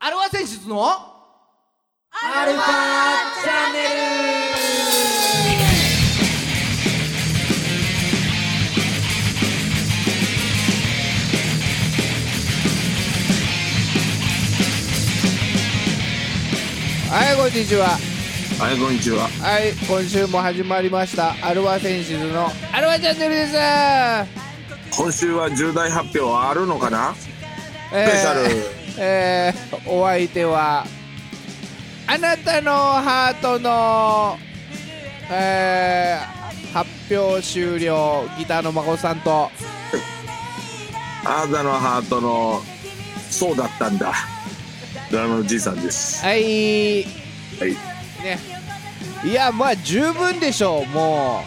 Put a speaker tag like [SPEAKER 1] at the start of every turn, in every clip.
[SPEAKER 1] アルファ選出のアルファチャンネルはいこんにちは
[SPEAKER 2] はい、こんにちは。
[SPEAKER 1] はい今週も始まりましたアルファ選出のアルファチャンネルです
[SPEAKER 2] 今週は重大発表あるのかな
[SPEAKER 1] え
[SPEAKER 2] ペシャル
[SPEAKER 1] えーお相手はあなたのハートの、えー発表終了ギターの孫さんと
[SPEAKER 2] あなたのハートの、そうだったんだ。ドラムのじいさんです。
[SPEAKER 1] はい
[SPEAKER 2] はい。
[SPEAKER 1] ねいやまあ十分でしょうも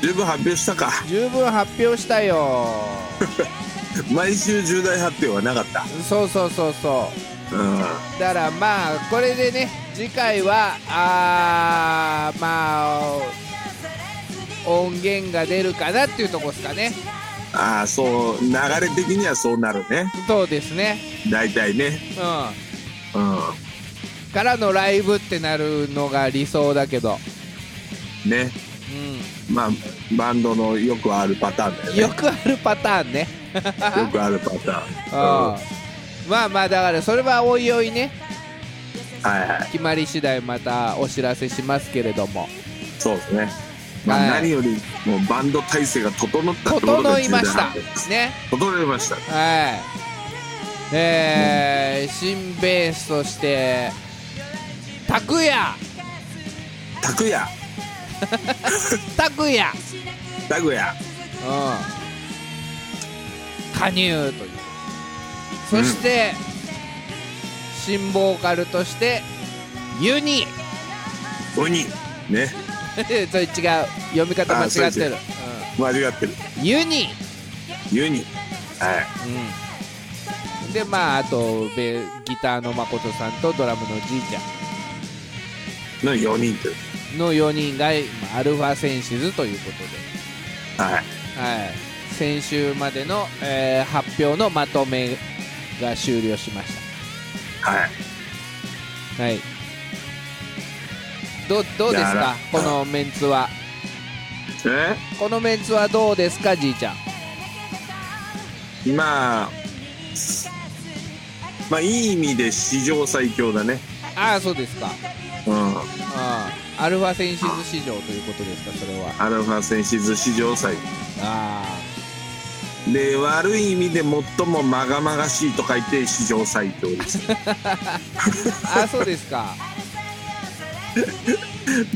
[SPEAKER 2] 十分発表したか。
[SPEAKER 1] う十分発表した よ
[SPEAKER 2] 毎週重大発表はなかった。
[SPEAKER 1] そうそうそうそう
[SPEAKER 2] うん。
[SPEAKER 1] だからまあこれでね次回はあーまあ音源が出るかなっていうとこですかね
[SPEAKER 2] ああ、そう、流れ的にはそうなるね。
[SPEAKER 1] そうですね
[SPEAKER 2] 大体ね。
[SPEAKER 1] う
[SPEAKER 2] うん
[SPEAKER 1] からのライブってなるのが理想だけど、
[SPEAKER 2] ん。ね。
[SPEAKER 1] う
[SPEAKER 2] まあ、バンドのよくあるパターンだよ
[SPEAKER 1] ん、
[SPEAKER 2] ね。
[SPEAKER 1] よくあるパターンね
[SPEAKER 2] よくあるパタ
[SPEAKER 1] うん
[SPEAKER 2] ーン。うん。
[SPEAKER 1] まあまあだからそれはおいおいね
[SPEAKER 2] はいはい。
[SPEAKER 1] 決まり次第またお知らせしますけれども
[SPEAKER 2] そうですね。まあ、
[SPEAKER 1] はい
[SPEAKER 2] 何よりもバンド体制が整ったってこと
[SPEAKER 1] 整
[SPEAKER 2] が重
[SPEAKER 1] い
[SPEAKER 2] 大な
[SPEAKER 1] ました
[SPEAKER 2] 発表です
[SPEAKER 1] ね
[SPEAKER 2] 整いました。
[SPEAKER 1] はいえー、新ベースとして拓也
[SPEAKER 2] 拓也
[SPEAKER 1] 拓也うん
[SPEAKER 2] 拓也
[SPEAKER 1] 加入というそして、新ボーカルとしてユニ
[SPEAKER 2] 鬼ね
[SPEAKER 1] それ違う読み方間違ってる、
[SPEAKER 2] 間違ってる
[SPEAKER 1] うん、ユニ、
[SPEAKER 2] ユニはい
[SPEAKER 1] うん、でまああとベギターの誠さんとドラムのじいちゃ
[SPEAKER 2] の4人というん
[SPEAKER 1] の4人が今アルファセンシズということ
[SPEAKER 2] はい
[SPEAKER 1] で、はい、先週までの、えー発表のまとめが終了しまし
[SPEAKER 2] はい
[SPEAKER 1] たはいどどうです
[SPEAKER 2] いや
[SPEAKER 1] か
[SPEAKER 2] な
[SPEAKER 1] このメンツは
[SPEAKER 2] え
[SPEAKER 1] このメンツはどうですかじいちゃん
[SPEAKER 2] まあまあいい意味で史上最強だね
[SPEAKER 1] ああそうですか
[SPEAKER 2] うん
[SPEAKER 1] ああアルファセンシズ市場ということですかそれは
[SPEAKER 2] アルファセンシズ史上最強
[SPEAKER 1] あ
[SPEAKER 2] で悪い意味で最もまがまがしいと書いて史上最強です
[SPEAKER 1] ーあーそうですか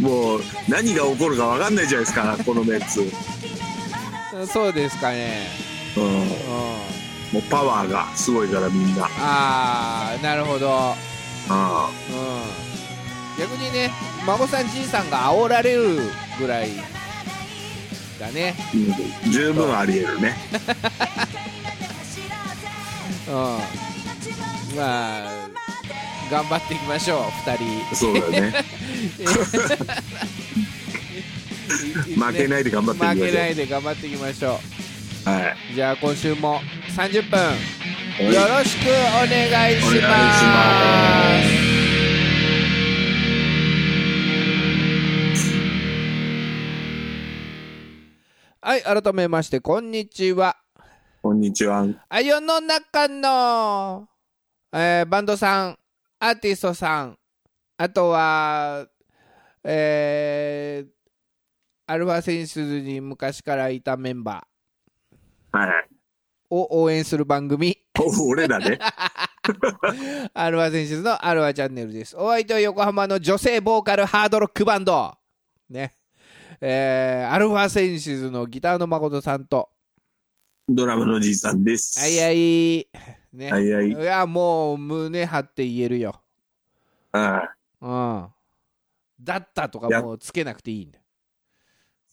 [SPEAKER 2] もう何が起こるか分かんないじゃないですかこのメンツ、うん、
[SPEAKER 1] そうですかねうん
[SPEAKER 2] もうパワーがすごいからみんな
[SPEAKER 1] ああなるほど
[SPEAKER 2] あ
[SPEAKER 1] うん逆にね孫さんじいさんが煽られるぐらいだね
[SPEAKER 2] 十分ありえるね
[SPEAKER 1] うんまあ頑張っていきましょう2
[SPEAKER 2] そうだよね
[SPEAKER 1] 人
[SPEAKER 2] 負けないで頑張っていきましょう
[SPEAKER 1] 負けないで頑張っていきましょ
[SPEAKER 2] は
[SPEAKER 1] うじゃあ今週も30分
[SPEAKER 2] い。
[SPEAKER 1] よろしくお願いします
[SPEAKER 2] お願いしま
[SPEAKER 1] はい改めましてこんにちは
[SPEAKER 2] こんにちは。
[SPEAKER 1] あ世の中の、えーバンドさんアーティストさんあとはえーアルファセンスに昔からいたメンバ
[SPEAKER 2] はい。
[SPEAKER 1] ーを応援する番組
[SPEAKER 2] お俺らね。
[SPEAKER 1] アルファ選手のアルファチャンネルです。お相手は横浜の女性ボーカルハードロックバンド。ね。えー、アルファ選手のギターの誠さんと。
[SPEAKER 2] ドラムのじいさんです。
[SPEAKER 1] はいはい。ね。
[SPEAKER 2] はいはい
[SPEAKER 1] いや、もう胸張って言えるよ。
[SPEAKER 2] うん
[SPEAKER 1] うん。だったとか
[SPEAKER 2] や
[SPEAKER 1] もうつけなくていいんだよ。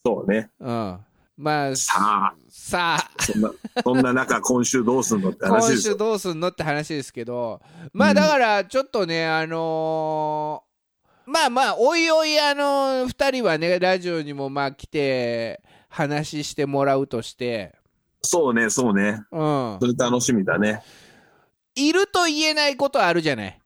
[SPEAKER 2] そうね。
[SPEAKER 1] うん。まあ、
[SPEAKER 2] さあ、
[SPEAKER 1] さあ、
[SPEAKER 2] そんな、そんな中、今週どうすんのって
[SPEAKER 1] 今
[SPEAKER 2] 話です
[SPEAKER 1] 週
[SPEAKER 2] よ。
[SPEAKER 1] どうすんのって話ですけど、まあだからちょっとね、あのーまあまあ、おいおい、あのー、2人はね、ラジオにもまあ来て、話してもらうとして、
[SPEAKER 2] そうね、そうね。
[SPEAKER 1] うん
[SPEAKER 2] そ、れ楽しみだね。
[SPEAKER 1] いると言えないことあるじゃない。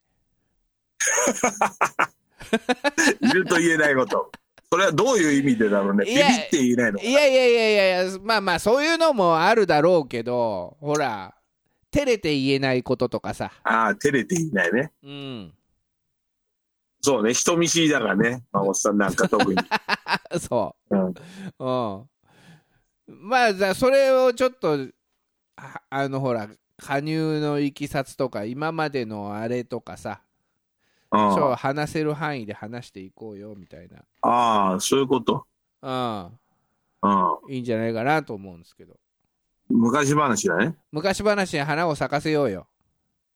[SPEAKER 2] いると言えないこと。 それはどういう意味でだろうね。ビ
[SPEAKER 1] い
[SPEAKER 2] ビっ
[SPEAKER 1] や
[SPEAKER 2] て言えないの。
[SPEAKER 1] いやいやいやいやいや、まあまあ、そういうのもあるだろうけど、ほら、照れて言えないこととかさ。
[SPEAKER 2] ああ、照れて言えないね。
[SPEAKER 1] うん。
[SPEAKER 2] そうね、人見知りだからね、孫さんなんか特に。
[SPEAKER 1] そ
[SPEAKER 2] うん、
[SPEAKER 1] う。うん。まあ、じゃあそれをちょっと、ああの、ほら、加入のいきさつとか、今までのあれとかさ、
[SPEAKER 2] うん
[SPEAKER 1] そう、話せる範囲で話していこうよ、みたい
[SPEAKER 2] ああ、そういうこと。
[SPEAKER 1] な。
[SPEAKER 2] うん
[SPEAKER 1] うん。いいんじゃないかなと思うんですけど。
[SPEAKER 2] 昔話だね。
[SPEAKER 1] 昔話に花を咲かせようよ。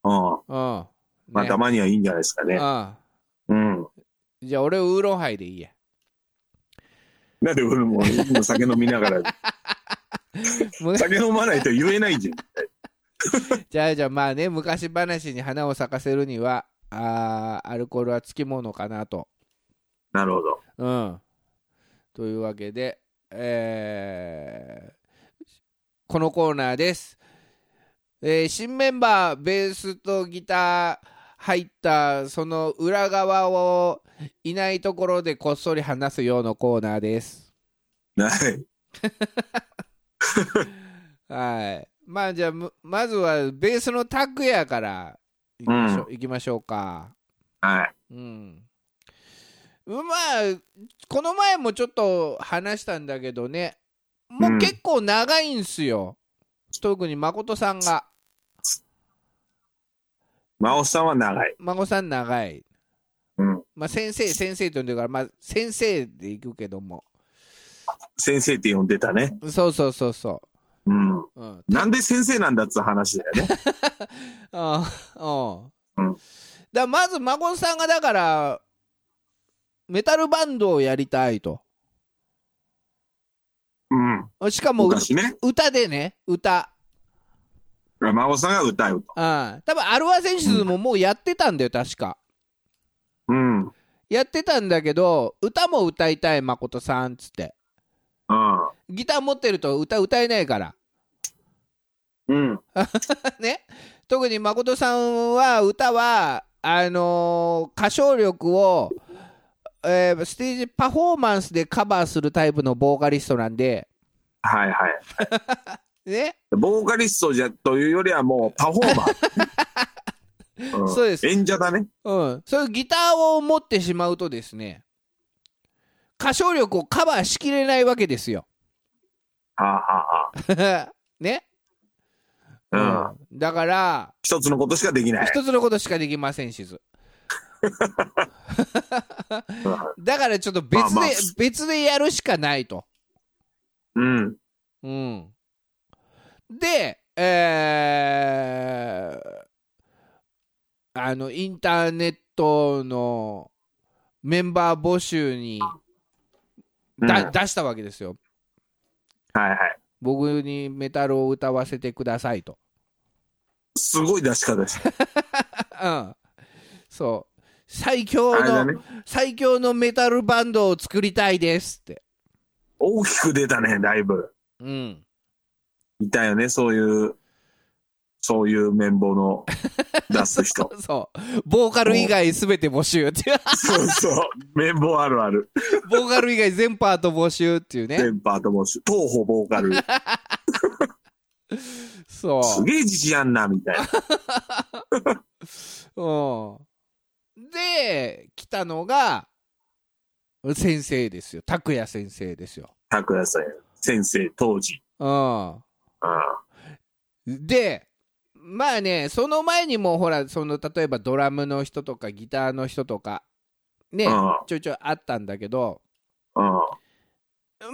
[SPEAKER 2] うん。
[SPEAKER 1] うん。
[SPEAKER 2] まあ、
[SPEAKER 1] ね
[SPEAKER 2] たまにはいいんじゃないですかね。う
[SPEAKER 1] う
[SPEAKER 2] ん。
[SPEAKER 1] ん。じゃあ、俺、ウーロンハイでいいや。
[SPEAKER 2] なんで俺も、いつも酒飲みな がら、
[SPEAKER 1] む
[SPEAKER 2] 酒飲まないと言えないじゃん。
[SPEAKER 1] じゃあじゃあまあね昔話に花を咲かせるにはあーアルコールはつきものかなと。
[SPEAKER 2] なるほど。
[SPEAKER 1] うん、というわけで、えーこのコーナーです、えー新メンバーベースとギター入ったその裏側をいないところでこっそり話すようなコーナーです。
[SPEAKER 2] はい。
[SPEAKER 1] はいまあじゃあむまずはベースの拓也からいきましょう、いきましょうか。
[SPEAKER 2] は
[SPEAKER 1] う
[SPEAKER 2] い。
[SPEAKER 1] ん、まあこの前もちょっと話したんだけどねもう結構長いんすよ、特に誠さんが
[SPEAKER 2] 真央さんは長い。
[SPEAKER 1] 孫さん長い、
[SPEAKER 2] うん。
[SPEAKER 1] まあ、先生先生と呼んでるから、まあ、先生でいくけども
[SPEAKER 2] 先生って呼んでたね。
[SPEAKER 1] そうそうそうそ
[SPEAKER 2] うん。
[SPEAKER 1] う、うん、
[SPEAKER 2] なんで先生なんだっつう話だよね。
[SPEAKER 1] ああ
[SPEAKER 2] うん
[SPEAKER 1] だまず孫さんがだからメタルバンドをやりたいと
[SPEAKER 2] うん。
[SPEAKER 1] しかもう
[SPEAKER 2] 昔ね。
[SPEAKER 1] 歌でね歌
[SPEAKER 2] 真央さんが歌うと。
[SPEAKER 1] うん、多分アルファ選手ももうやってたんだよ、確か。
[SPEAKER 2] うん。うん。
[SPEAKER 1] やってたんだけど、歌も歌いたい、誠さんっつって。ギター持ってると歌歌えないから。
[SPEAKER 2] うん。
[SPEAKER 1] ね。特に誠さんは歌は、あのー歌唱力を、えーステージパフォーマンスでカバーするタイプのボーカリストなんで、
[SPEAKER 2] はいはい。
[SPEAKER 1] ね。
[SPEAKER 2] ボーカリストじゃというよりはもうパフォーマ ー。ん
[SPEAKER 1] そうです
[SPEAKER 2] 演者だね。
[SPEAKER 1] うん。そういうギターを持ってしまうとですね、歌唱力をカバーしきれないわけですよ。
[SPEAKER 2] はあ、はあはあ、
[SPEAKER 1] ね、
[SPEAKER 2] うん
[SPEAKER 1] うんだから
[SPEAKER 2] 一つのことしかできない。
[SPEAKER 1] 一つのことしかできません しずだからちょっと別で、
[SPEAKER 2] まあまあ
[SPEAKER 1] 別でやるしかないと、
[SPEAKER 2] うん。
[SPEAKER 1] うん、でえーあのインターネットのメンバー募集にだ、
[SPEAKER 2] うん
[SPEAKER 1] 出したわけですよ
[SPEAKER 2] はいはい。
[SPEAKER 1] 僕にメタルを歌わせてくださいと
[SPEAKER 2] すごい出し方です。
[SPEAKER 1] うん、そう最強
[SPEAKER 2] あれだ
[SPEAKER 1] の、
[SPEAKER 2] ね。
[SPEAKER 1] 最強のメタルバンドを作りたいですって、
[SPEAKER 2] 大きく出たね、だいぶ。
[SPEAKER 1] うん、。
[SPEAKER 2] いたよね、そういう、そういう綿棒の出す人
[SPEAKER 1] そうボーカル以外すべて募集っていう
[SPEAKER 2] そうそう。綿棒あるある。
[SPEAKER 1] ボーカル以外全パート募集っていうね
[SPEAKER 2] 電波と申し、東方ボーカル。
[SPEAKER 1] そ
[SPEAKER 2] すげえ自信あんな、みたいな。
[SPEAKER 1] う、うん、で来たのが先生ですよ拓也先生ですよ、
[SPEAKER 2] 拓也さんや、先生、当時。
[SPEAKER 1] うん、
[SPEAKER 2] う
[SPEAKER 1] でまあねその前にもほらその例えばドラムの人とかギターの人とかね、
[SPEAKER 2] ん。うん。
[SPEAKER 1] ちょいちょいあったんだけど
[SPEAKER 2] うん。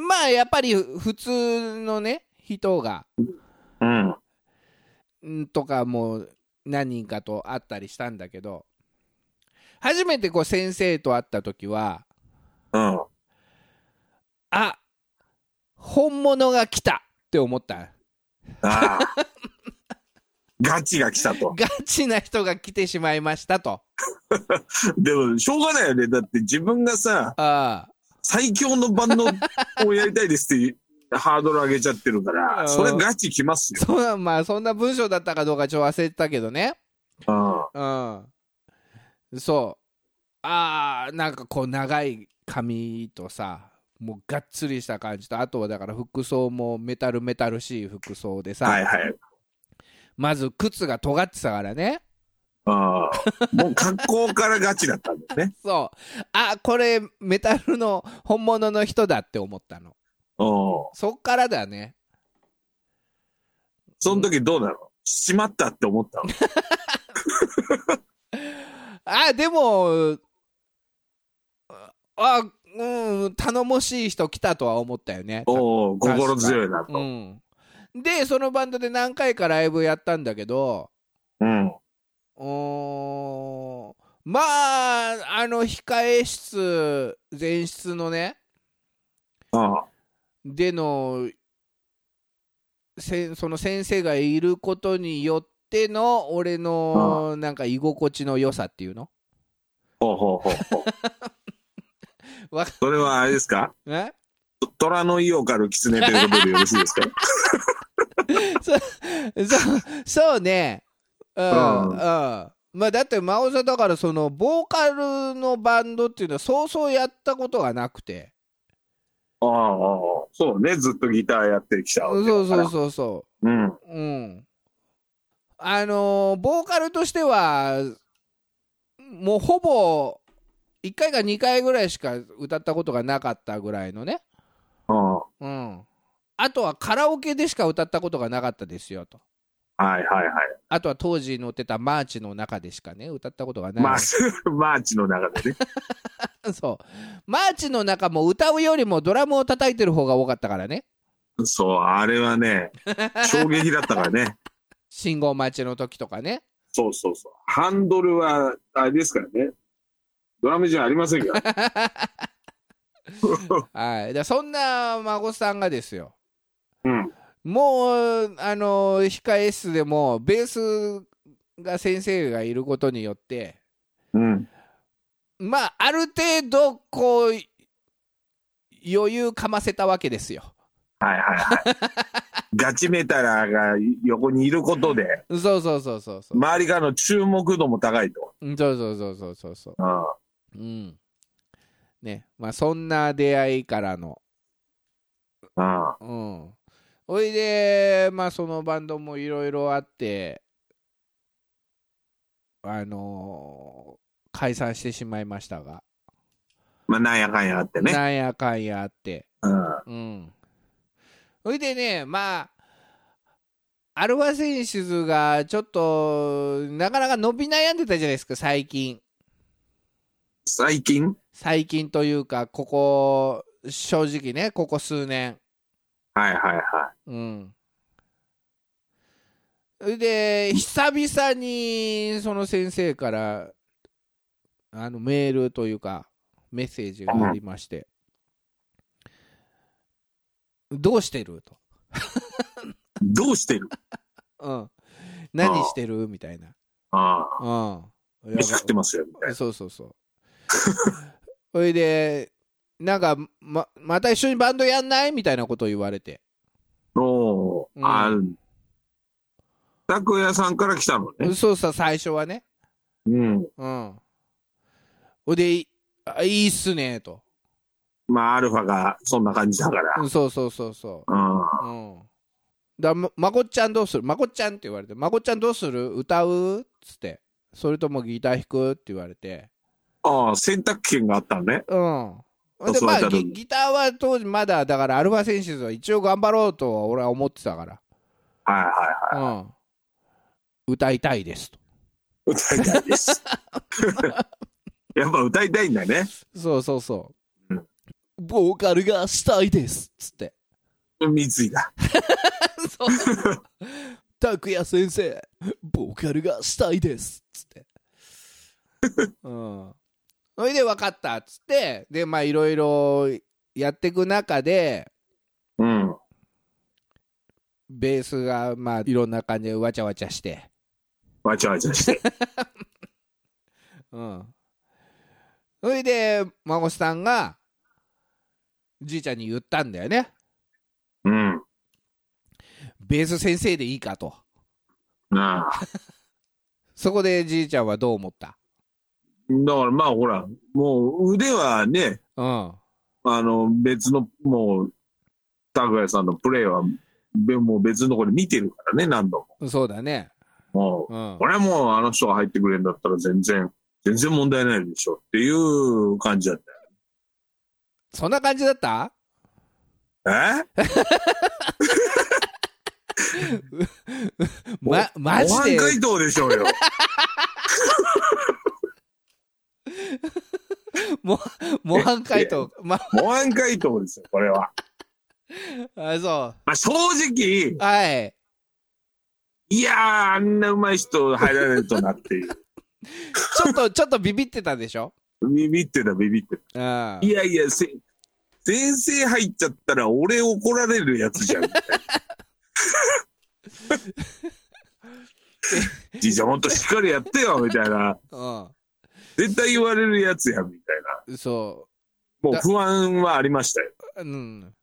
[SPEAKER 1] まあやっぱり普通のね人が
[SPEAKER 2] うん。
[SPEAKER 1] んとかもう何人かと会ったりしたんだけど初めてこう先生と会った時は
[SPEAKER 2] うん。
[SPEAKER 1] あ本物が来たって思った
[SPEAKER 2] ああ。ガチが来たと。
[SPEAKER 1] ガチな人が来てしまいましたと
[SPEAKER 2] でも、しょうがないよね。だって自分がさ、
[SPEAKER 1] あ
[SPEAKER 2] 最強のバンドをやりたいですってハードル上げちゃってるか
[SPEAKER 1] う
[SPEAKER 2] ら、
[SPEAKER 1] ん
[SPEAKER 2] それガチ来ます
[SPEAKER 1] あ
[SPEAKER 2] よ。
[SPEAKER 1] そんなまあそんな文章だったかどうかちょっと忘れてたけどね
[SPEAKER 2] うん
[SPEAKER 1] うん。そう。ああ、なんかこう長い髪とさ、もうがっつりした感じと、あとはだから服装もメタルメタルしい服装でさ、
[SPEAKER 2] はいはい。
[SPEAKER 1] まず靴が尖ってたからね。
[SPEAKER 2] ああ、もう格好からガチだったんですね。
[SPEAKER 1] そう。あ、これメタルの本物の人だって思ったの。
[SPEAKER 2] うん。
[SPEAKER 1] そっからだね。
[SPEAKER 2] その時どうなの閉まったって思ったの
[SPEAKER 1] あ、でも、あ、うん、頼もしい人来たとは思ったよね。
[SPEAKER 2] おお、心強いな
[SPEAKER 1] う
[SPEAKER 2] と。
[SPEAKER 1] ん、でそのバンドで何回かライブやったんだけど
[SPEAKER 2] うん。
[SPEAKER 1] うーんまああの控え室前室のね
[SPEAKER 2] うん。
[SPEAKER 1] でのせんその先生がいることによっての俺のなんか居心地の良さっていうの
[SPEAKER 2] ほうほうほうほう
[SPEAKER 1] わ
[SPEAKER 2] それはあれですか
[SPEAKER 1] え
[SPEAKER 2] 虎の意を狩る狐ということでよろし いですか
[SPEAKER 1] そうそうねうんう
[SPEAKER 2] うん
[SPEAKER 1] んまあだって真央さんだからそのボーカルのバンドっていうのはそうそうやったことがなくて
[SPEAKER 2] ああああ、そうね。ずっとギターやってきたわけだ
[SPEAKER 1] そう
[SPEAKER 2] から
[SPEAKER 1] そうそうそ
[SPEAKER 2] うん。
[SPEAKER 1] ううんあのーボーカルとしてはもうほぼ1回か2回ぐらいしか歌ったことがなかったぐらいのね
[SPEAKER 2] うん。は
[SPEAKER 1] うんあとはカラオケでしか歌ったことがなかったですよと
[SPEAKER 2] いはいはい。
[SPEAKER 1] あとは当時乗ってたマーチの中でしかね歌ったことがない、
[SPEAKER 2] まあ、マーチ の中でね。
[SPEAKER 1] そうマーチの中も歌うよりもドラムを叩いてる方が多かったからね
[SPEAKER 2] そう、あれ はね、衝撃だったからね。
[SPEAKER 1] 信号待ちの時とかね
[SPEAKER 2] そうそうそう。ハンドルは、あれですからね。ドラムじゃありませんから。
[SPEAKER 1] はいだからそんな孫さんがですよ
[SPEAKER 2] うん。
[SPEAKER 1] もうあの控え室でもベースが先生がいることによって
[SPEAKER 2] うん。
[SPEAKER 1] まあある程度こう余裕かませたわけですよ
[SPEAKER 2] はいはい はい。ガチメタラーが横にいることで、
[SPEAKER 1] そうそうそうそうそう、
[SPEAKER 2] 周りからの注目度も高いと。
[SPEAKER 1] うんそうそうそうそうそうそ
[SPEAKER 2] うん。
[SPEAKER 1] ううんねまあそんな出会いからの
[SPEAKER 2] うん。
[SPEAKER 1] うんおいでまあそのバンドもいろいろあってあの解散してしまいましたが
[SPEAKER 2] まあ、なんやかんやあってね。
[SPEAKER 1] なんやかんやあって。
[SPEAKER 2] うん。
[SPEAKER 1] うん。それでね、まあ、アルファセンシズがちょっと、なかなか伸び悩んでたじゃないですか、最近。
[SPEAKER 2] 最近
[SPEAKER 1] 最近というか、ここ、正直ね、ここ数年。
[SPEAKER 2] はいはいは
[SPEAKER 1] うん。それで、久々に、その先生から、あの、メールというか、メッセージがありまして、どうしてると。
[SPEAKER 2] い。どうしてる
[SPEAKER 1] うん、何してるみたいな。
[SPEAKER 2] ああ。
[SPEAKER 1] うん、
[SPEAKER 2] 飯食ってますよ、みたいな。
[SPEAKER 1] そうそうそう。 それで、なんかま、また一緒にバンドやんないみたいなことを言われて。
[SPEAKER 2] お
[SPEAKER 1] う
[SPEAKER 2] ー
[SPEAKER 1] ん
[SPEAKER 2] あー拓也さんから来たのね。
[SPEAKER 1] そうさ、最初はね。
[SPEAKER 2] うん。
[SPEAKER 1] うん。ほいで、いあいいっすね、と。
[SPEAKER 2] まあ、アルファがそんな感じだから。
[SPEAKER 1] うんそうそうそうそ
[SPEAKER 2] うん。
[SPEAKER 1] う。うん。だままこっちゃんどうするまこっちゃんって言われて、まこっちゃんどうする歌うっつって、それともギター弾くって言われて、
[SPEAKER 2] ああ、選択権があったのね。
[SPEAKER 1] うん。
[SPEAKER 2] う
[SPEAKER 1] で
[SPEAKER 2] そう
[SPEAKER 1] まあ
[SPEAKER 2] だから
[SPEAKER 1] ギギターは当時まだだからアルファセンシズは一応頑張ろうとは俺は思ってたか
[SPEAKER 2] はいはいはい。
[SPEAKER 1] ら、うん、歌いたいですと
[SPEAKER 2] 歌いたいです。 やっぱ歌いたいんだね。
[SPEAKER 1] そうそうそう、
[SPEAKER 2] うん
[SPEAKER 1] ボーカルがしたいですっつって
[SPEAKER 2] 三井だ。
[SPEAKER 1] そう拓也先生ボーカルがしたいですっつって うんそれで分かったっつってでまあいろいろやっていく中で
[SPEAKER 2] うん。
[SPEAKER 1] ベースがまあいろんな感じでわちゃわちゃして
[SPEAKER 2] わちゃわちゃ して。
[SPEAKER 1] うん。それで、孫さんが、じいちゃんに言ったんだよね。
[SPEAKER 2] うん。うん。
[SPEAKER 1] ベース先生でいいかと。そこでじいちゃんはどう思った
[SPEAKER 2] だからまあほら、もう腕はね、
[SPEAKER 1] うん。
[SPEAKER 2] あの、別の、もう、拓也さんのプレーは、べもう別のところで見てるからね、何度
[SPEAKER 1] そうだね。
[SPEAKER 2] も。もう、
[SPEAKER 1] うん
[SPEAKER 2] こ。れはもうあの人が入ってくれるんだったら全然、全然問題ないでしょっていう感じだっ
[SPEAKER 1] そんな感じだった
[SPEAKER 2] たよ。え
[SPEAKER 1] ま、マジで
[SPEAKER 2] 模範解答でしょうよ。
[SPEAKER 1] 模範解答。ま、
[SPEAKER 2] 模範解答ですよ、これは。
[SPEAKER 1] あ、そ
[SPEAKER 2] まあ正直
[SPEAKER 1] う。、はい。
[SPEAKER 2] いやー、あんなうまい人入られるとなっていう。
[SPEAKER 1] ちょっと、ちょっ とビビってたでしょ
[SPEAKER 2] ビビってた、ビビってた。
[SPEAKER 1] うん。
[SPEAKER 2] いやいや、せ先生入っちゃったら俺怒られるやつじゃん。じいちゃん、もっとしっかりやってよ、みたいな。
[SPEAKER 1] う
[SPEAKER 2] 絶対言われるやつやん、みたいな。
[SPEAKER 1] ん。そ
[SPEAKER 2] もう不安はありましたよ。
[SPEAKER 1] う。うん。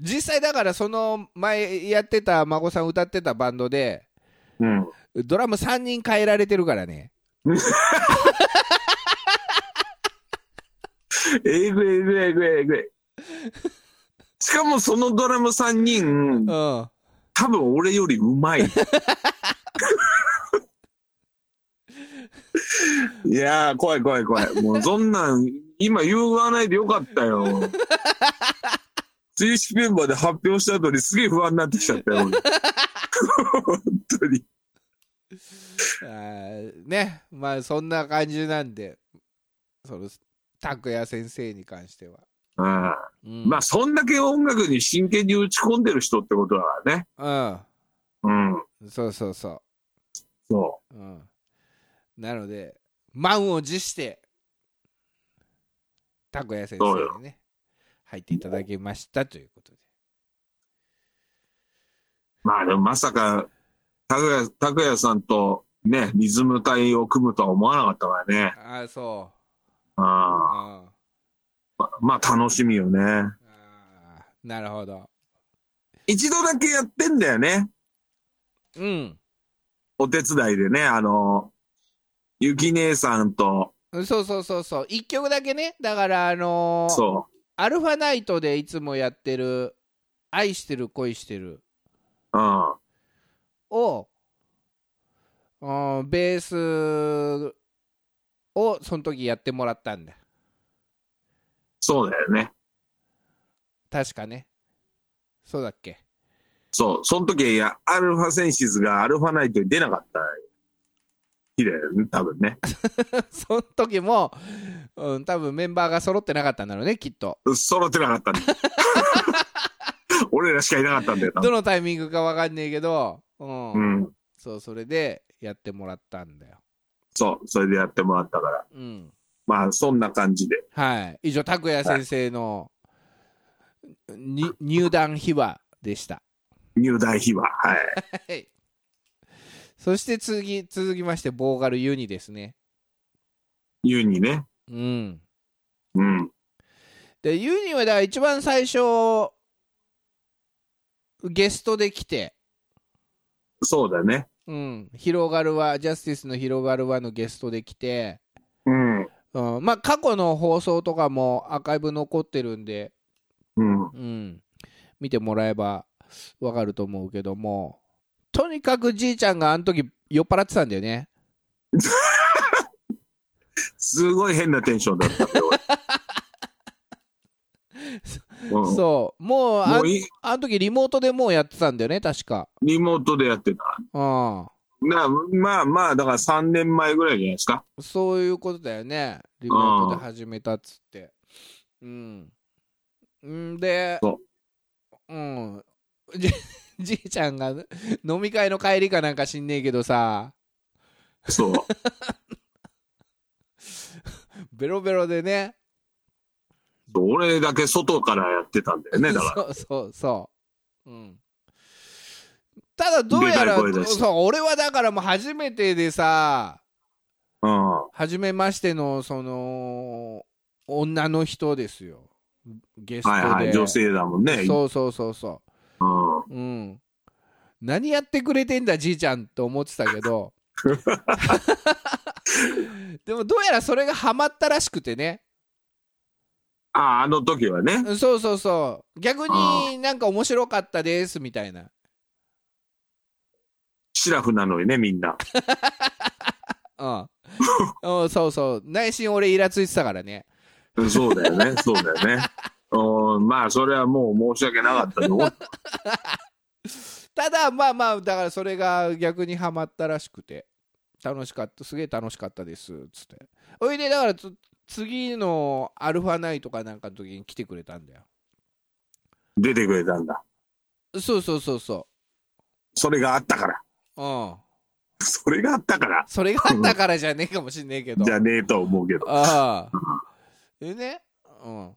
[SPEAKER 1] 実際だから、その前やってた孫さん歌ってたバンドで、
[SPEAKER 2] うん。
[SPEAKER 1] ドラム3人変えられてるからね。
[SPEAKER 2] えぐいえぐいえぐいえぐい。しかもそのドラム3人
[SPEAKER 1] う、ん。
[SPEAKER 2] 多分俺よりうまい。いやー、怖い怖い怖い。もうそんなん、今言わないでよかったよ。正式メンバーで発表した後にすげえ不安になってきちゃったよ。俺本当に。
[SPEAKER 1] あーねまあそんな感じなんでその拓也先生に関しては、
[SPEAKER 2] ああ
[SPEAKER 1] うん、
[SPEAKER 2] まあ、そんだけ音楽に真剣に打ち込んでる人ってことだからね。
[SPEAKER 1] あ
[SPEAKER 2] うん。
[SPEAKER 1] うんそうそうそ、
[SPEAKER 2] そう
[SPEAKER 1] うん、なので満を持して拓也先生にね入っていただきましたということで
[SPEAKER 2] う。まあ、でもまさか、拓也、拓也さんとね、リズム隊を組むとは思わなかったからね。
[SPEAKER 1] ああそう、
[SPEAKER 2] あ
[SPEAKER 1] う
[SPEAKER 2] あ。
[SPEAKER 1] ん、あ
[SPEAKER 2] ままあ楽しみよね。
[SPEAKER 1] あなるほど
[SPEAKER 2] 一度だけやってんだよね。
[SPEAKER 1] うん
[SPEAKER 2] お手伝いでね、あの、ゆき姉さんと、
[SPEAKER 1] そうそうそうそう1曲だけねだからあのー
[SPEAKER 2] そ
[SPEAKER 1] アルファナイトでいつもやってる「愛してる恋してる
[SPEAKER 2] う、うん、」
[SPEAKER 1] を、うん、ベースをその時やってもらったんだ
[SPEAKER 2] そうだよね。
[SPEAKER 1] 確かねそうだっけ
[SPEAKER 2] そう、その時、いやアルファセンシズがアルファナイトに出なかった日だよね、多分ね。
[SPEAKER 1] その時も、うん、多分メンバーが揃ってなかったんだろうねきっと
[SPEAKER 2] 揃ってなか ったんだ俺らしかいなかったんだよ、多
[SPEAKER 1] ど
[SPEAKER 2] 分。
[SPEAKER 1] のタイミングかわかんねえけど、うん
[SPEAKER 2] うん、
[SPEAKER 1] そうそれでやってもらったんだよ、
[SPEAKER 2] そう、それでやってもらったから。
[SPEAKER 1] うん、
[SPEAKER 2] まあ、そんな感じで。
[SPEAKER 1] はい以上拓也先生の、に入団秘話でした
[SPEAKER 2] 入団秘話。はい。
[SPEAKER 1] はい。そして続き、続きまして、ボーガルユニですね。
[SPEAKER 2] ユニね。
[SPEAKER 1] うん。
[SPEAKER 2] うん。
[SPEAKER 1] で、ユニはだから一番最初、ゲストで来て、
[SPEAKER 2] そうだね。
[SPEAKER 1] うん。広がるは、ジャスティスの広がるはのゲストで来て、
[SPEAKER 2] うん。
[SPEAKER 1] うん、まあ、過去の放送とかもアーカイブ残ってるんで、
[SPEAKER 2] う
[SPEAKER 1] う
[SPEAKER 2] ん。
[SPEAKER 1] ん。見てもらえばわかると思うけども、とにかくじいちゃんがあの時酔っ払ってたんだよね。
[SPEAKER 2] すごい変なテンションだったん だよ、俺うん
[SPEAKER 1] そう。もう、あ
[SPEAKER 2] も
[SPEAKER 1] ん
[SPEAKER 2] うい
[SPEAKER 1] あの時リモートでもうやってたんだよね、確か。
[SPEAKER 2] リモートでやってた。
[SPEAKER 1] う
[SPEAKER 2] なまあまあ、だから3年前ぐらいじゃないですか。
[SPEAKER 1] ん。そういうことだよね。リモートで始めたっつって。うん。んで
[SPEAKER 2] そ、
[SPEAKER 1] うん。じ じいちゃんが飲み会の帰りかなんか知んねえけどさ、
[SPEAKER 2] そう。
[SPEAKER 1] ベロベロでね。
[SPEAKER 2] 俺だけ外からやってたんだよね、だ
[SPEAKER 1] そ
[SPEAKER 2] か
[SPEAKER 1] うそうそう。うん。ただどうやら、
[SPEAKER 2] でかい声出して
[SPEAKER 1] そう、俺はだからもう初めてでさ、
[SPEAKER 2] ら。うん。
[SPEAKER 1] 初めましてのその女の人ですよゲストで、
[SPEAKER 2] はいはい、女性だもんね。
[SPEAKER 1] そうそうそうそ
[SPEAKER 2] うん。
[SPEAKER 1] ううん何やってくれてんだじいちゃんと思ってたけどでもどうやらそれがハマったらしくてね
[SPEAKER 2] ああ、あの時はね。
[SPEAKER 1] うんそうそうそう逆になんか面白かったですみたいな
[SPEAKER 2] シラフなのにね、みんな。
[SPEAKER 1] うん、うん、そうそう内心俺イラついてたからね
[SPEAKER 2] そうだ よね、そうだよね。うん、まあ、それはもう申し訳なかったの。
[SPEAKER 1] ただまあまあだからそれが逆にハマったらしくて楽しかったすげえ楽しかったですつっておいでだからつ次のアルファナイトかなんかの時に来てくれたんだよ
[SPEAKER 2] 出てくれたんだ。
[SPEAKER 1] そうそうそうそ
[SPEAKER 2] それがあったから。
[SPEAKER 1] ううん
[SPEAKER 2] それがあったから。
[SPEAKER 1] それがあったからじゃねえかもしんねえけど
[SPEAKER 2] じゃねえとは思うけど。
[SPEAKER 1] ああでねうん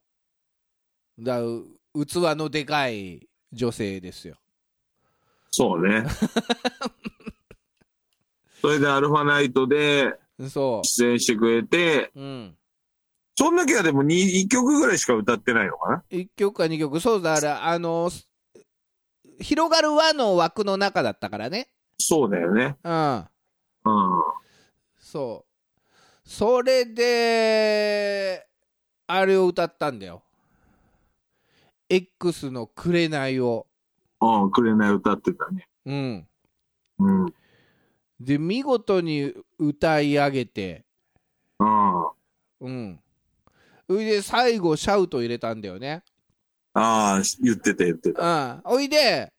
[SPEAKER 1] だからう器のでかい女性ですよ
[SPEAKER 2] そう ね。それでアルファナイトで
[SPEAKER 1] そ
[SPEAKER 2] 出演してくれて、
[SPEAKER 1] ううん
[SPEAKER 2] その時はでも1曲ぐらいしか歌ってないのかな
[SPEAKER 1] 1曲か2曲そうだからあのす広がる輪の枠の中だったからね
[SPEAKER 2] そうだよね。
[SPEAKER 1] うん
[SPEAKER 2] うん。
[SPEAKER 1] そうそれであれを歌ったんだよ X の「紅」を
[SPEAKER 2] うん、くれない歌ってたね。
[SPEAKER 1] うん
[SPEAKER 2] うん。うん。
[SPEAKER 1] で見事に歌い上げて
[SPEAKER 2] あ
[SPEAKER 1] うんそれで最後シャウト入れたんだよね
[SPEAKER 2] あ、言ってた言ってた。
[SPEAKER 1] うんおいで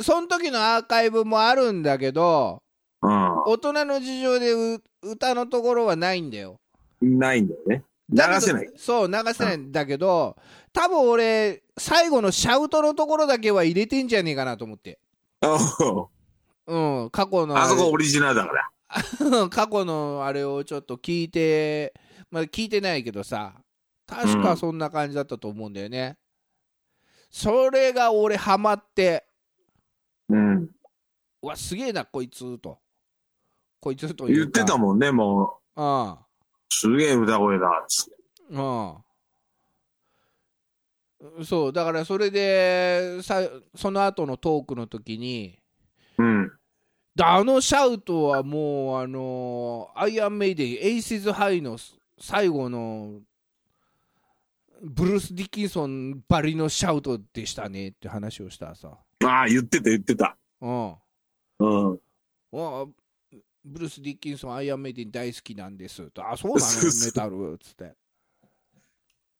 [SPEAKER 1] その時のアーカイブもあるんだけど
[SPEAKER 2] う
[SPEAKER 1] 大人の事情でう歌のところはないんだよ
[SPEAKER 2] ん。ないんだよね。流
[SPEAKER 1] だけど
[SPEAKER 2] せない。
[SPEAKER 1] そう流せないんだけど、多分俺最後のシャウトのところだけは入れてんじゃねえかなと思って
[SPEAKER 2] あそ
[SPEAKER 1] うん過去のあれ
[SPEAKER 2] こオリジナルだから。
[SPEAKER 1] 過去のあれをちょっと聞いてまあ聞いてないけどさ確かそんな感じだったと思うんだよね、それが俺ハマって
[SPEAKER 2] うん。
[SPEAKER 1] うわすげえなこいつとこいつとい
[SPEAKER 2] 言
[SPEAKER 1] う
[SPEAKER 2] っ
[SPEAKER 1] か
[SPEAKER 2] てたもんね、も
[SPEAKER 1] うん
[SPEAKER 2] う。すげえ歌声だ。
[SPEAKER 1] うん、そうだからそれでさその後のトークの時に
[SPEAKER 2] うん。
[SPEAKER 1] だあのシャウトはもうあのアイアンメイデンエイシズハイの最後のブルース・ディキンソンばりのシャウトでしたねって話をしたらさ、
[SPEAKER 2] ああ、言ってた言ってた。
[SPEAKER 1] うん、
[SPEAKER 2] うん。
[SPEAKER 1] わあブルース・ディッキンソン、アイアンメイデン大好きなんですと、あ、そうな
[SPEAKER 2] そう
[SPEAKER 1] の、
[SPEAKER 2] そう
[SPEAKER 1] メタルっつって、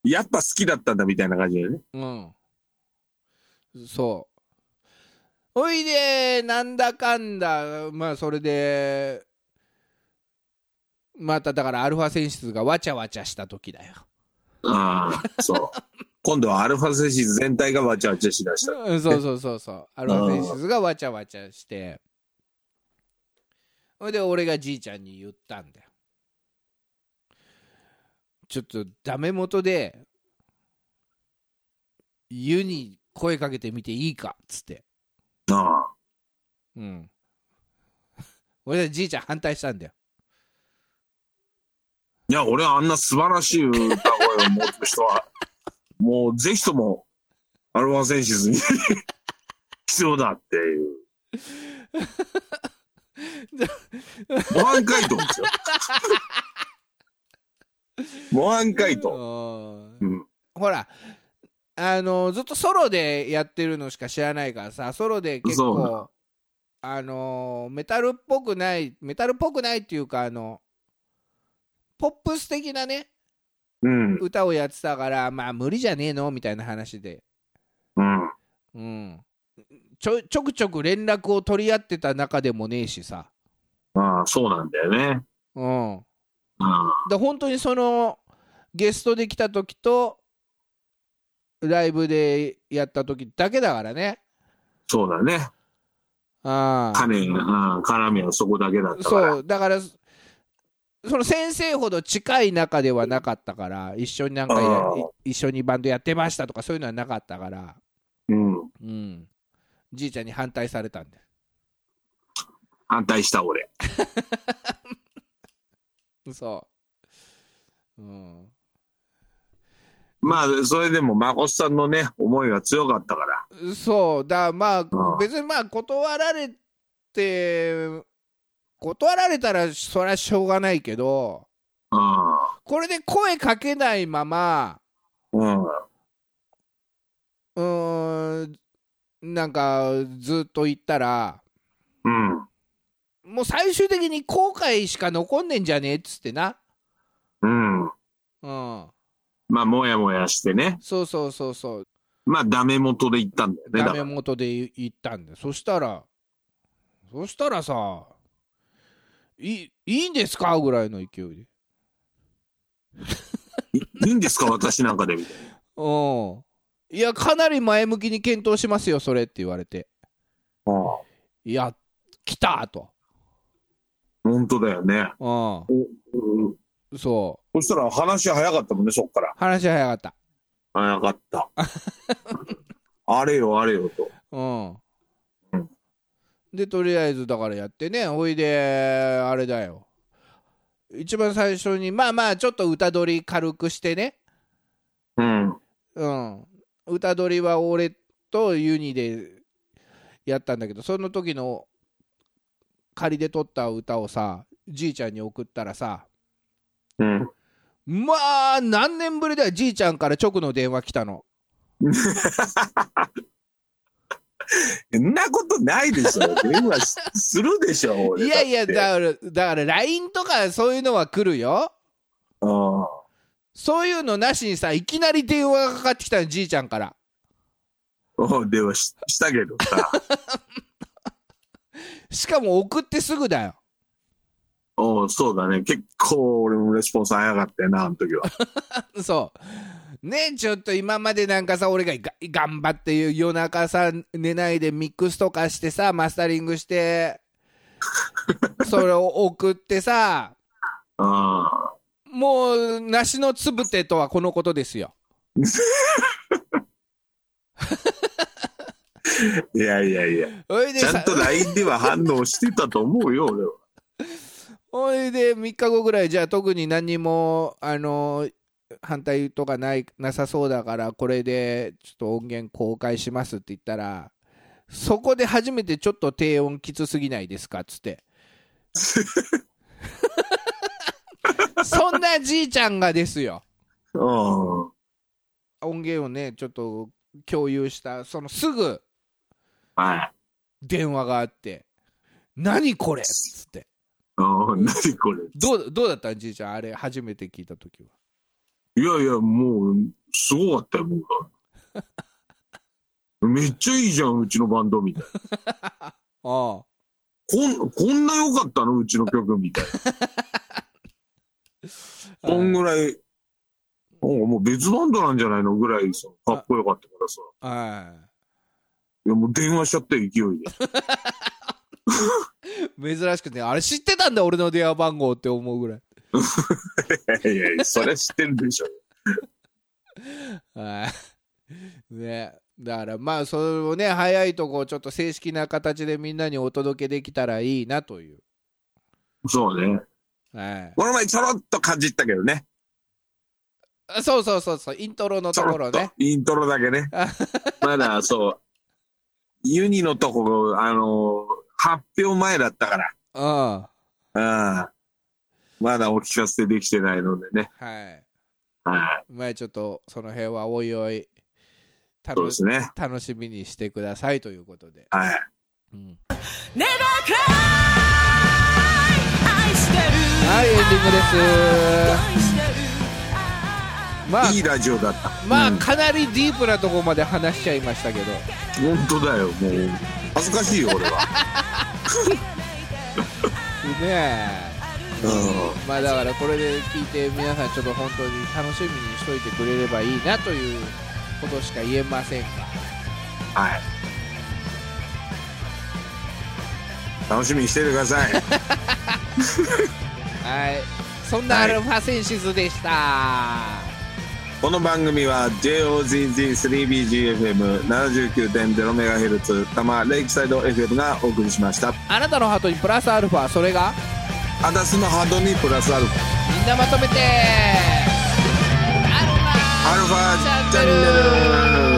[SPEAKER 2] やっぱ好きだったんだみたいな感じだよね。
[SPEAKER 1] うん。そう。おいで、なんだかんだ、まあ、それで、まただから、アルファ選出がわちゃわちゃした時だよ。
[SPEAKER 2] ああ、そう。今度はアルファセシーズ全体がわちゃわちゃしだした。
[SPEAKER 1] うんそうそうそうそう。アルファ選出がわちゃわちゃして、ほいで、俺がじいちゃんに言ったんだよ。ちょっと、ダメ元で、湯に声かけてみていいかっつって。
[SPEAKER 2] あ
[SPEAKER 1] うん。 俺たちじいちゃん反対したんだよ。
[SPEAKER 2] いや、俺はあんな素晴らしい歌声を持つ人は、 もうぜひとも、アルファセンシズに 必要だっていう。模範解 答ですよ。模範解答。
[SPEAKER 1] う
[SPEAKER 2] うんん。
[SPEAKER 1] ほら、あのずっとソロでやってるのしか知らないからさ、ソロで結
[SPEAKER 2] そう
[SPEAKER 1] 構、あのメタルっぽくない、メタルっぽくないっていうか、あの、ポップス的なね、
[SPEAKER 2] うん。
[SPEAKER 1] 歌をやってたから、まあ無理じゃねえのみたいな話で、
[SPEAKER 2] うん。
[SPEAKER 1] うん。ちょちょくちょく連絡を取り合ってた中でもねえしさ、
[SPEAKER 2] ああ、そうなんだよね。
[SPEAKER 1] うん。
[SPEAKER 2] あ
[SPEAKER 1] だ本当にそのゲストで来た時とライブでやった時だけだからね
[SPEAKER 2] そうだね。
[SPEAKER 1] ああ
[SPEAKER 2] 金、うん、絡みはそこだけだったから。
[SPEAKER 1] そうだからその先生ほど近い仲ではなかったから一緒になんかや
[SPEAKER 2] ああ
[SPEAKER 1] い一緒にバンドやってましたとかそういうのはなかったから
[SPEAKER 2] うん。
[SPEAKER 1] うんじいちゃんに反対されたんで
[SPEAKER 2] 反対した俺。
[SPEAKER 1] そううん
[SPEAKER 2] まあ、それでも、誠さんのね、思いが強かったから。
[SPEAKER 1] そうだまあ
[SPEAKER 2] うん
[SPEAKER 1] 別にまあ断られて断られたらそりゃしょうがないけど
[SPEAKER 2] あ
[SPEAKER 1] これで声かけないまま
[SPEAKER 2] あ、うん。
[SPEAKER 1] うーんなんかずっと行ったら
[SPEAKER 2] うん。
[SPEAKER 1] もう最終的に後悔しか残んねんじゃねえっつってな
[SPEAKER 2] うん。
[SPEAKER 1] うん
[SPEAKER 2] まあ、もやもやしてね。
[SPEAKER 1] そうそうそうそう
[SPEAKER 2] まあ、ダメ元で行ったんだよね。
[SPEAKER 1] ダ
[SPEAKER 2] だ
[SPEAKER 1] メ元で行ったんだよそしたらそしたらさいいいんですかぐらいの勢いで
[SPEAKER 2] いいいんですか、私なんかで。みたい
[SPEAKER 1] うんいやかなり前向きに検討しますよそれって言われて
[SPEAKER 2] な。ああ
[SPEAKER 1] いや来たと
[SPEAKER 2] 本当だよね。
[SPEAKER 1] う
[SPEAKER 2] うん。
[SPEAKER 1] んそう
[SPEAKER 2] そしたら話早かったもんね、そっから。
[SPEAKER 1] 話早かった
[SPEAKER 2] 早か った。あれよ、あれよと。
[SPEAKER 1] うん
[SPEAKER 2] うん
[SPEAKER 1] でとりあえずだからやってねほいであれだよ一番最初にまあまあちょっと歌取り軽くしてね
[SPEAKER 2] うん。
[SPEAKER 1] うん歌取りは俺とユニでやったんだけどその時の仮で撮った歌をさじいちゃんに送ったらさ
[SPEAKER 2] うん。
[SPEAKER 1] まあ何年ぶりだよじいちゃんから直の電話来たの
[SPEAKER 2] んなことないでしょ。電話しするでしょ、
[SPEAKER 1] い
[SPEAKER 2] 俺。
[SPEAKER 1] やいや
[SPEAKER 2] だって。
[SPEAKER 1] だからだから LINE とかそういうのは来るよ
[SPEAKER 2] うん。
[SPEAKER 1] そういうのなしにさいきなり電話がかかってきたのじいちゃんから
[SPEAKER 2] お電話ししたけどさ。
[SPEAKER 1] しかも送ってすぐだよ
[SPEAKER 2] おそうだね。結構俺もレスポンス早かったよな、あの時は。
[SPEAKER 1] そう。ねちょっと今までなんかさ俺がが頑張って夜中さ寝ないでミックスとかしてさマスタリング してそれを送ってさ
[SPEAKER 2] あ
[SPEAKER 1] もう梨のつぶてとはこのことですよ。
[SPEAKER 2] あ。いやいやいや。
[SPEAKER 1] おいで
[SPEAKER 2] ちゃ
[SPEAKER 1] さ
[SPEAKER 2] んと LINE では反応してたと思うよ、俺は。
[SPEAKER 1] おいで3日後ぐらいじゃあ特に何にもあの反対とかないなさそうだからこれでちょっと音源公開しますって言ったらそこで初めてちょっと低音きつすぎないですかっつってそんなじいちゃんがですよ
[SPEAKER 2] うん。
[SPEAKER 1] 音源をねちょっと共有したそのすぐ
[SPEAKER 2] はい。
[SPEAKER 1] 電話があって「何これ!」っつって
[SPEAKER 2] うん、何これ。
[SPEAKER 1] どうどうだったんじいちゃんあれ初めて聞いた時は。
[SPEAKER 2] いやいや、もう、すごかったよ、僕は。めっちゃいいじゃん、うちのバンド、みたいな。
[SPEAKER 1] ああ
[SPEAKER 2] こん、こんな良かったのうちの曲、みたいな。こんぐらい、なんかもう別バンドなんじゃないのぐらいさ、かっこよかったからさ。
[SPEAKER 1] はい
[SPEAKER 2] や、もう電話しちゃったよ、勢いで。
[SPEAKER 1] い珍しくてあれ知ってたんだ俺の電話番号って思うぐらい
[SPEAKER 2] いやいや、それ知ってるでしょ。
[SPEAKER 1] はいねだからまあそれをね早いとこちょっと正式な形でみんなにお届けできたらいいなという
[SPEAKER 2] そうね。
[SPEAKER 1] はい
[SPEAKER 2] この前ちょろっと感じったけどね。
[SPEAKER 1] あそうそうそうそうイントロの
[SPEAKER 2] ち
[SPEAKER 1] と
[SPEAKER 2] ょ
[SPEAKER 1] こ
[SPEAKER 2] ろ
[SPEAKER 1] ろ
[SPEAKER 2] っと
[SPEAKER 1] ね。
[SPEAKER 2] イントロだ けね
[SPEAKER 1] あ。
[SPEAKER 2] まだそう、ユニのとこ、あの、発表前だったか
[SPEAKER 1] うんは
[SPEAKER 2] ら。うん。まだお聞かせできてないのでね。
[SPEAKER 1] い
[SPEAKER 2] はい。
[SPEAKER 1] まあちょっとその辺はおいおい楽
[SPEAKER 2] そうですね。
[SPEAKER 1] 楽しみにしてくださいということで、
[SPEAKER 2] はい。
[SPEAKER 1] うん
[SPEAKER 3] ネバークライ愛してる
[SPEAKER 1] はいエンディングです
[SPEAKER 3] 恋してる
[SPEAKER 1] まあ
[SPEAKER 2] いいラジオだった。
[SPEAKER 1] まあ
[SPEAKER 2] うん
[SPEAKER 1] かなりディープなとこまで話しちゃいましたけど
[SPEAKER 2] 本当だよ、もう。恥ずかしいよ、俺 は。
[SPEAKER 1] ねえ
[SPEAKER 2] うん。
[SPEAKER 1] まあだからこれで聞いて皆さんちょっと本当に楽しみにしといてくれればいいなということしか言えませんが
[SPEAKER 2] はい。楽しみにしててください。
[SPEAKER 1] はいそんなアルファセンシズでした、
[SPEAKER 2] この番組は JOZZ3BGFM79.0MHz 多摩レイクサイド FM がお送りしました
[SPEAKER 1] あなたのハートにプラスアルファそれが
[SPEAKER 2] アダスのハードにプラスアルファ
[SPEAKER 1] みんなまとめてアルファ
[SPEAKER 2] アルファチャンネル